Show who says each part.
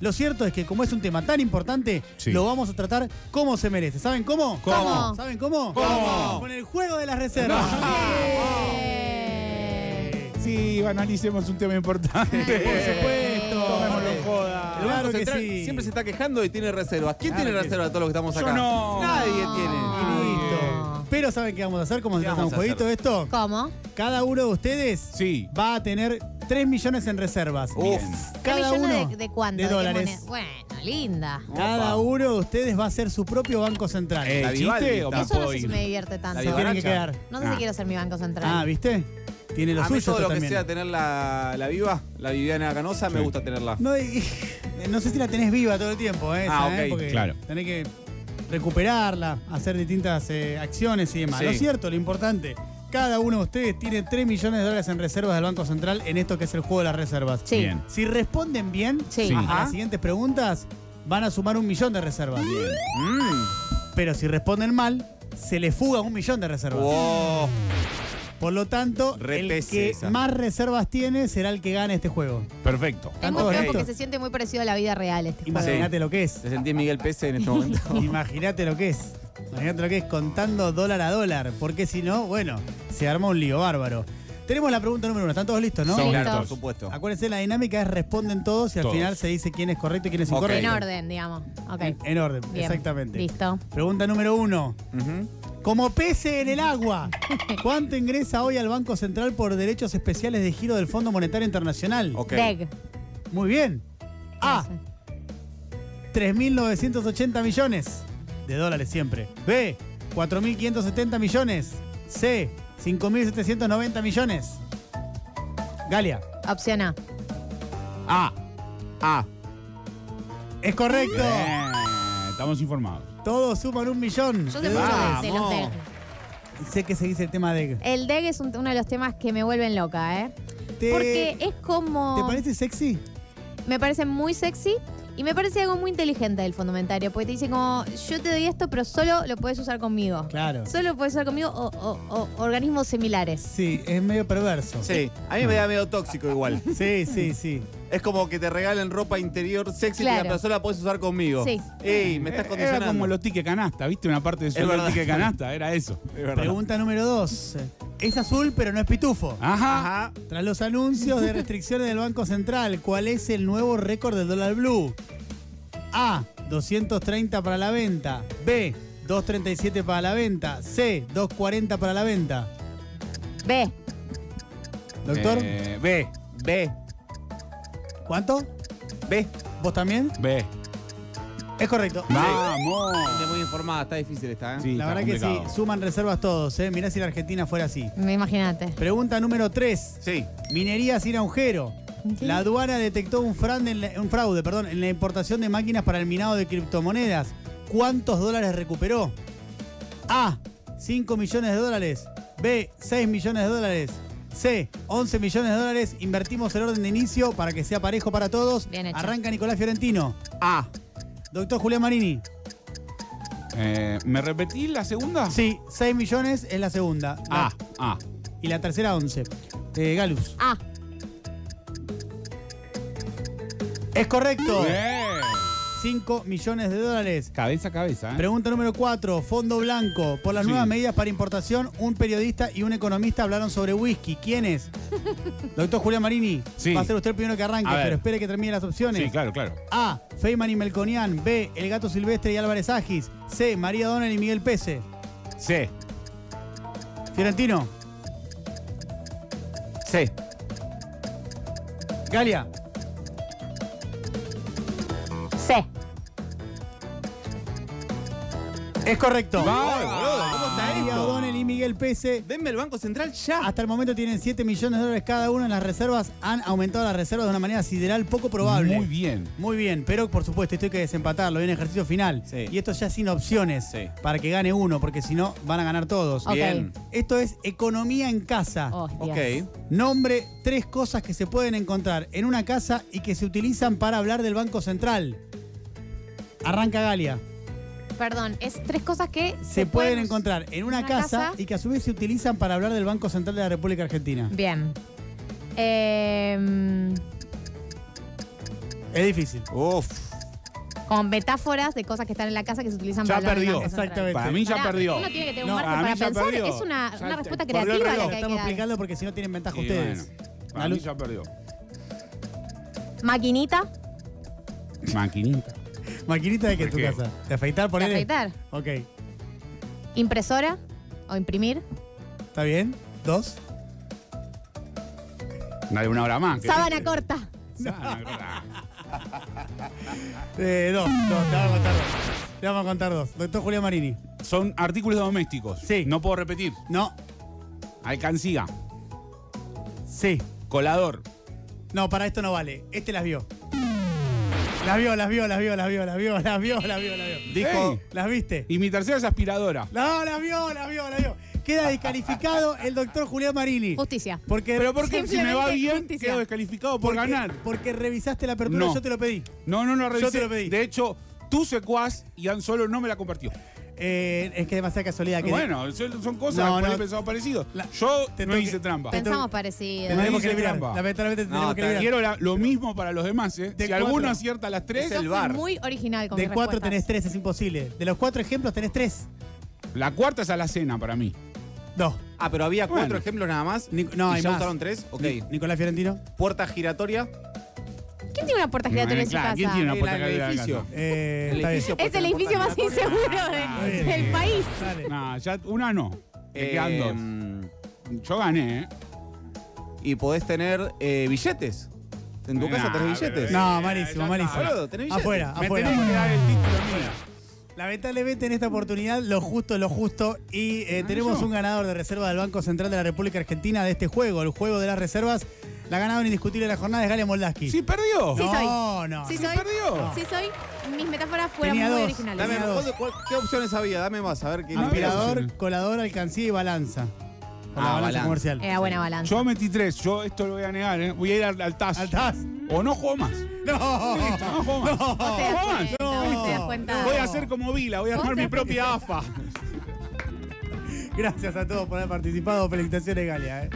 Speaker 1: Lo cierto es que como es un tema tan importante,
Speaker 2: Sí.
Speaker 1: lo vamos a tratar como se merece. ¿Saben cómo?
Speaker 2: ¿Cómo?
Speaker 1: ¿Saben cómo?
Speaker 2: ¿Cómo?
Speaker 1: Con el juego de las reservas.
Speaker 3: Eh,
Speaker 2: Sí, analicemos un tema importante.
Speaker 3: Por supuesto.
Speaker 2: Tomémoslo joda.
Speaker 4: El Banco
Speaker 1: Claro que
Speaker 4: Central
Speaker 1: sí.
Speaker 4: siempre se está quejando y tiene reservas. ¿Quién
Speaker 1: Claro
Speaker 4: tiene
Speaker 1: que
Speaker 4: reservas de todos los que estamos
Speaker 2: Yo
Speaker 4: acá?
Speaker 2: no.
Speaker 4: Nadie
Speaker 3: No.
Speaker 4: tiene.
Speaker 3: Ay.
Speaker 1: Listo. Pero ¿saben qué vamos a hacer? ¿Cómo se
Speaker 4: ¿Qué
Speaker 1: trata un
Speaker 4: vamos a hacer?
Speaker 1: jueguito de esto?
Speaker 3: ¿Cómo?
Speaker 1: Cada uno de ustedes
Speaker 2: Sí.
Speaker 1: va a tener 3 millones en reservas.
Speaker 4: Uf.
Speaker 1: Cada
Speaker 3: ¿Un millón
Speaker 1: uno
Speaker 3: de, de cuánto?
Speaker 1: de
Speaker 3: qué
Speaker 1: dólares.
Speaker 3: moneda? Bueno, linda.
Speaker 1: Cada uno de ustedes va a ser su propio banco central.
Speaker 2: Eh,
Speaker 4: La Vivaldi
Speaker 2: ¿Chiste o
Speaker 4: está.
Speaker 2: me
Speaker 3: Eso no
Speaker 2: puedo
Speaker 3: sé si
Speaker 2: ir?
Speaker 3: me divierte tanto.
Speaker 4: La
Speaker 1: Se tienen que
Speaker 4: Baracha.
Speaker 1: quedar.
Speaker 3: No sé
Speaker 2: Ah.
Speaker 3: si quiero ser mi banco central.
Speaker 1: Ah, ¿viste? Tiene lo
Speaker 4: A
Speaker 1: suyo
Speaker 4: mí Ah, todo
Speaker 1: esto
Speaker 4: lo que
Speaker 1: también.
Speaker 4: sea tener la, la viva, la Viviana Canosa, me
Speaker 2: Sí.
Speaker 4: gusta tenerla.
Speaker 1: No, y- no sé si la tenés viva todo el tiempo, ¿eh?
Speaker 4: Ah,
Speaker 1: esa, ¿eh?
Speaker 4: ok,
Speaker 1: Porque
Speaker 2: claro.
Speaker 1: Tenés que recuperarla, hacer distintas eh, acciones y demás.
Speaker 4: Sí.
Speaker 1: Lo cierto, lo importante, cada uno de ustedes tiene 3 millones de dólares en reservas del Banco Central en esto que es el juego de las reservas.
Speaker 3: Sí.
Speaker 2: Bien.
Speaker 1: Si responden bien
Speaker 3: Sí.
Speaker 2: Sí.
Speaker 1: a
Speaker 4: Ajá.
Speaker 1: las siguientes preguntas, van a sumar un millón de reservas.
Speaker 4: Mm.
Speaker 1: Pero si responden mal, se les fuga un millón de reservas.
Speaker 4: Wow.
Speaker 1: Por lo tanto, el
Speaker 4: Repese
Speaker 1: que
Speaker 4: esa.
Speaker 1: más reservas tiene será el que gane este juego.
Speaker 2: Perfecto.
Speaker 3: Es muy
Speaker 1: ¿Tanto
Speaker 3: feo
Speaker 1: esto?
Speaker 3: porque se siente muy parecido a la vida real este juego.
Speaker 1: Imagínate lo que es.
Speaker 4: Te sentís Miguel Pese en este momento.
Speaker 1: Imagínate lo que es. Imagínate lo que es contando dólar a dólar. Porque si no, bueno, se arma un lío bárbaro. Tenemos la pregunta número uno. ¿Están todos listos, no? Ah,
Speaker 3: Sí.
Speaker 4: claro, por
Speaker 3: Listos.
Speaker 4: supuesto.
Speaker 1: Acuérdense, la dinámica es responden todos y al
Speaker 2: Todos.
Speaker 1: final se dice quién es correcto y quién es
Speaker 4: Ok.
Speaker 1: incorrecto.
Speaker 3: En orden, digamos. Ok.
Speaker 1: En, en orden,
Speaker 3: Bien.
Speaker 1: Eh, exactamente.
Speaker 3: Listo.
Speaker 1: Pregunta número uno.
Speaker 4: Ujú.
Speaker 1: Como pese en el agua, ¿cuánto ingresa hoy al Banco Central por derechos especiales de giro del Fondo Monetario Internacional?
Speaker 4: Ok.
Speaker 3: Deg.
Speaker 1: Muy bien. A. 3.980 millones de dólares siempre. B, 4.570 millones. C, 5.790 millones. Galia,
Speaker 3: Opción A.
Speaker 2: Ah,
Speaker 4: A. A.
Speaker 1: es correcto.
Speaker 2: Bien, Estamos informados.
Speaker 1: Todos suman un millón.
Speaker 3: Yo
Speaker 1: de
Speaker 3: sé mucho
Speaker 1: dólares.
Speaker 3: de, de los
Speaker 4: Vamos.
Speaker 3: deg.
Speaker 1: Sé que se dice el tema de...
Speaker 3: El deg es un- uno de los temas que me vuelven loca, ¿eh?
Speaker 1: ¿Te,
Speaker 3: Porque es como...
Speaker 1: ¿te parece sexy?
Speaker 3: me parece muy sexy y me parece algo muy inteligente del fundamentario, porque te dice como, yo te doy esto, pero solo lo puedes usar conmigo.
Speaker 1: Claro.
Speaker 3: Solo lo puedes usar conmigo o, o- o organismos similares.
Speaker 1: Sí, es medio perverso.
Speaker 4: Sí, a mí me da medio tóxico igual.
Speaker 1: sí, sí. sí.
Speaker 4: Es como que te regalen ropa interior sexy
Speaker 3: Claro.
Speaker 4: y la sola la puedes usar conmigo.
Speaker 3: Sí.
Speaker 4: Ey, me estás
Speaker 2: Eh,
Speaker 4: condicionando.
Speaker 2: Era como los tickets canasta, ¿viste? Una parte de su
Speaker 4: Es
Speaker 2: los
Speaker 4: verdad.
Speaker 2: tickets canasta, era eso.
Speaker 4: Es verdad.
Speaker 1: Pregunta número dos. Es azul, pero no es pitufo.
Speaker 2: Ah, Ajá.
Speaker 4: Ajá.
Speaker 1: Tras los anuncios de restricciones del Banco Central, ¿cuál es el nuevo récord del dólar blue? A, 230 para la venta. B, 237 para la venta. C, 240 para la venta.
Speaker 3: B,
Speaker 1: Doctor,
Speaker 2: Eh, B,
Speaker 4: B.
Speaker 1: ¿cuánto?
Speaker 4: B.
Speaker 1: ¿Vos también?
Speaker 2: B.
Speaker 1: Es correcto.
Speaker 2: Vamos.
Speaker 4: Gente muy informada, está difícil esta, ¿eh?
Speaker 2: Sí,
Speaker 1: La
Speaker 2: está
Speaker 1: verdad que sí,
Speaker 2: complicado.
Speaker 1: suman reservas todos, ¿eh? Mirá si la Argentina fuera así.
Speaker 3: me imagínate.
Speaker 1: Pregunta número 3.
Speaker 4: Sí.
Speaker 1: Minería sin agujero.
Speaker 3: ¿Qué?
Speaker 1: La aduana detectó un fraude, en la, un fraude perdón, en la importación de máquinas para el minado de criptomonedas. ¿Cuántos dólares recuperó? A. 5 millones de dólares. B. 6 millones de dólares. C. 11 millones de dólares. Invertimos el orden de inicio para que sea parejo para todos.
Speaker 3: Bien hecho.
Speaker 1: Arranca Nicolás Fiorentino.
Speaker 4: A.
Speaker 1: Doctor Julián Marini.
Speaker 2: Eh, ¿Me repetí la segunda? Ah,
Speaker 1: Sí, 6 millones es la segunda. La-
Speaker 2: A, A.
Speaker 1: Y la tercera, 11. Eh, Galus.
Speaker 3: A,
Speaker 1: Es correcto.
Speaker 2: Bien.
Speaker 1: 5 millones de dólares.
Speaker 2: Cabeza a cabeza, ¿eh?
Speaker 1: Ah. Pregunta número 4, Fondo Blanco. Por las
Speaker 2: Sí.
Speaker 1: nuevas medidas para importación, un periodista y un economista hablaron sobre whisky. ¿Quiénes? Doctor Julián Marini,
Speaker 2: Sí.
Speaker 1: va a ser usted el primero que arranque,
Speaker 2: A ver.
Speaker 1: pero espere que termine las opciones.
Speaker 2: sí, claro, claro.
Speaker 1: A. Feynman y Melconian. B. El Gato Silvestre y Álvarez Agis. C. María Donner y Miguel Pese.
Speaker 2: C.
Speaker 1: Fiorentino.
Speaker 4: C.
Speaker 1: Galia.
Speaker 3: C.
Speaker 1: Es correcto.
Speaker 2: Vamos,
Speaker 4: boludo, ¿cómo está
Speaker 1: María
Speaker 4: esto?
Speaker 1: Donner y Miguel Pese.
Speaker 4: Denme el Banco Central ya.
Speaker 1: Hasta el momento tienen 7 millones de dólares cada uno en las reservas. Han aumentado las reservas de una manera sideral poco probable. Este,
Speaker 2: Muy bien.
Speaker 1: Muy bien, pero por supuesto, esto hay que desempatarlo. Hay un ejercicio final.
Speaker 4: Sí.
Speaker 1: Y esto ya sin opciones
Speaker 4: Sí.
Speaker 1: para que gane uno, porque si no, van a ganar todos.
Speaker 3: Ok.
Speaker 4: Bien.
Speaker 1: Esto es economía en casa.
Speaker 3: Oh, Dios.
Speaker 4: Ah, Ok.
Speaker 1: Nombre tres cosas que se pueden encontrar en una casa y que se utilizan para hablar del Banco Central. Arranca Galia.
Speaker 3: Perdón, es tres cosas que
Speaker 1: Se, pueden encontrar en una,
Speaker 3: una
Speaker 1: casa,
Speaker 3: casa.
Speaker 1: y que a su vez se utilizan para hablar del Banco Central de la
Speaker 3: Em,
Speaker 1: República Argentina.
Speaker 3: Bien. Eh,
Speaker 1: Es difícil.
Speaker 2: Uf.
Speaker 3: Con metáforas de cosas que están en la casa que se utilizan
Speaker 2: Ya
Speaker 3: para hablar de
Speaker 2: perdió.
Speaker 3: una cosa
Speaker 1: Exactamente.
Speaker 2: Para mí ya
Speaker 3: Pará,
Speaker 2: perdió.
Speaker 3: Uno tiene que tener
Speaker 1: No,
Speaker 3: un margen
Speaker 2: a mí
Speaker 3: para
Speaker 2: ya
Speaker 3: pensar.
Speaker 2: perdió.
Speaker 3: Es una,
Speaker 2: Ya
Speaker 3: una
Speaker 2: te-
Speaker 3: respuesta
Speaker 2: volvió el
Speaker 3: creativa la
Speaker 2: reloj.
Speaker 3: que hay que
Speaker 1: Estamos
Speaker 3: dar.
Speaker 1: explicando porque si no tienen ventaja
Speaker 2: Y
Speaker 1: ustedes.
Speaker 2: bueno,
Speaker 1: La
Speaker 2: para mí
Speaker 1: luz-
Speaker 2: ya perdió.
Speaker 3: Maquinita,
Speaker 2: Maquinita.
Speaker 1: Maquinita de que tu
Speaker 2: ¿Por qué?
Speaker 1: casa. De afeitar,
Speaker 3: de
Speaker 1: poner.
Speaker 3: afeitar.
Speaker 1: Ok.
Speaker 3: Impresora o imprimir.
Speaker 1: ¿Está bien? ¿Dos?
Speaker 2: Dale una hora más. que- Ah,
Speaker 3: Sábana corta.
Speaker 2: Sábana corta.
Speaker 1: Eh, dos. Dos. Te vamos a contar dos. Te vamos a contar dos. Doctor Julián Marini.
Speaker 2: Son artículos domésticos.
Speaker 1: Sí.
Speaker 2: No puedo repetir.
Speaker 1: No.
Speaker 2: Alcancía.
Speaker 1: Sí.
Speaker 2: Colador.
Speaker 1: No, para esto no vale. Este las vio. Las vio, las vio, las vio, las vio, las vio, las vio, las vio, las vio.
Speaker 2: Dijo-
Speaker 1: ¿Las viste?
Speaker 2: Y mi tercera es aspiradora.
Speaker 1: No, las vio, las vio, las vio. Queda descalificado el doctor Julián Marini.
Speaker 3: Justicia.
Speaker 1: Porque,
Speaker 2: Pero porque si me va
Speaker 3: Simplemente
Speaker 2: bien,
Speaker 3: justicia.
Speaker 2: quedo descalificado por
Speaker 1: porque-
Speaker 2: ganar.
Speaker 1: Porque revisaste la apertura,
Speaker 2: No.
Speaker 1: yo te lo pedí.
Speaker 2: No, no, no revisé.
Speaker 1: te lo pedí.
Speaker 2: De hecho, tu secuaz y Dan Solo no me la compartió.
Speaker 1: Eh, es que es demasiada casualidad. Que
Speaker 2: Bueno, son son cosas
Speaker 1: No,
Speaker 2: por ahí
Speaker 1: no.
Speaker 2: pensado parecido.
Speaker 1: La-
Speaker 2: Yo
Speaker 1: te
Speaker 2: no
Speaker 1: tengo
Speaker 2: hice
Speaker 1: que-
Speaker 2: trampa.
Speaker 1: te-
Speaker 3: Pensamos
Speaker 1: Tengo-
Speaker 3: parecido.
Speaker 2: Tenés-
Speaker 1: tenemos que
Speaker 2: Ahí dice
Speaker 1: liberar.
Speaker 2: trampa.
Speaker 1: Lamentablemente
Speaker 4: No,
Speaker 1: tenemos que
Speaker 4: te
Speaker 1: liberar.
Speaker 2: Quiero la- lo mismo para los demás, ¿eh?
Speaker 1: De
Speaker 2: si alguno
Speaker 1: cuatro.
Speaker 2: acierta las tres,
Speaker 4: Es el
Speaker 3: Yo fui
Speaker 4: bar.
Speaker 3: muy original con
Speaker 1: De
Speaker 3: mis
Speaker 1: cuatro tenés
Speaker 3: respuestas.
Speaker 1: tres, es imposible. De los cuatro ejemplos tenés tres.
Speaker 2: la cuarta es a la cena para mí.
Speaker 1: Dos.
Speaker 4: Ah, pero había cuatro
Speaker 2: Bueno.
Speaker 4: ejemplos nada más.
Speaker 1: Ni- no,
Speaker 4: y
Speaker 1: hay
Speaker 4: ya
Speaker 1: más.
Speaker 4: usaron tres. Ok.
Speaker 1: Ni- Nicolás Fiorentino.
Speaker 4: Puerta giratoria.
Speaker 3: ¿Quién tiene una puerta giratoria
Speaker 2: Eh,
Speaker 3: en su
Speaker 2: claro,
Speaker 3: casa?
Speaker 2: ¿Quién tiene una
Speaker 4: El
Speaker 2: puerta que
Speaker 4: edificio.
Speaker 2: edificio?
Speaker 1: Eh,
Speaker 4: El
Speaker 1: está bien.
Speaker 4: edificio.
Speaker 3: Es
Speaker 4: puerta
Speaker 3: el edificio más
Speaker 4: giratoria.
Speaker 3: inseguro
Speaker 2: Ah,
Speaker 3: de-
Speaker 1: bien.
Speaker 3: del país.
Speaker 1: Dale.
Speaker 2: No, ya una no. Te
Speaker 4: Eh,
Speaker 2: quedan dos. Yo gané, ¿eh?
Speaker 4: Y podés tener eh, billetes. En tu casa
Speaker 2: Nah,
Speaker 4: tenés billetes.
Speaker 2: pero-
Speaker 1: No, malísimo,
Speaker 2: Ya está,
Speaker 1: malísimo.
Speaker 4: boludo, tenés billetes.
Speaker 1: Afuera,
Speaker 2: Me
Speaker 1: afuera.
Speaker 2: tenés que dar el título mío.
Speaker 1: Lamentablemente en esta oportunidad lo justo es lo justo y eh,
Speaker 2: Ah,
Speaker 1: tenemos
Speaker 2: yo.
Speaker 1: un ganador de reserva del Banco Central de la República Argentina de este juego, el juego de las reservas. La ganadora indiscutible de la jornada es Galia Moldaski.
Speaker 2: Sí, perdió.
Speaker 3: Sí,
Speaker 1: no,
Speaker 3: soy.
Speaker 1: no.
Speaker 3: Sí,
Speaker 2: Se
Speaker 3: soy.
Speaker 2: perdió.
Speaker 3: Sí, soy. Mis metáforas fueron
Speaker 1: Tenía
Speaker 3: muy
Speaker 1: dos.
Speaker 3: originales.
Speaker 4: Dame,
Speaker 1: Tenía dos.
Speaker 4: ¿cuál- cuál- ¿Qué opciones había? Dame más, a ver qué
Speaker 2: Ah,
Speaker 4: inspirador.
Speaker 1: Aspirador, colador, alcancía y balanza. Con la
Speaker 4: Ah,
Speaker 1: balanza,
Speaker 4: balanza.
Speaker 1: comercial.
Speaker 3: Era Eh, buena balanza.
Speaker 2: Yo metí tres. Yo esto lo voy a negar, ¿eh? Voy a ir al, al TAS.
Speaker 1: ¿Altás?
Speaker 2: O no juego más.
Speaker 1: No.
Speaker 2: Listo, no juego más.
Speaker 1: No.
Speaker 3: No te das
Speaker 2: Vamos,
Speaker 3: cuenta,
Speaker 1: no.
Speaker 3: vos te das cuenta.
Speaker 2: Voy a hacer como Vila. Voy a armar mi propia AFA.
Speaker 1: Gracias a todos por haber participado. Felicitaciones, Galia. eh.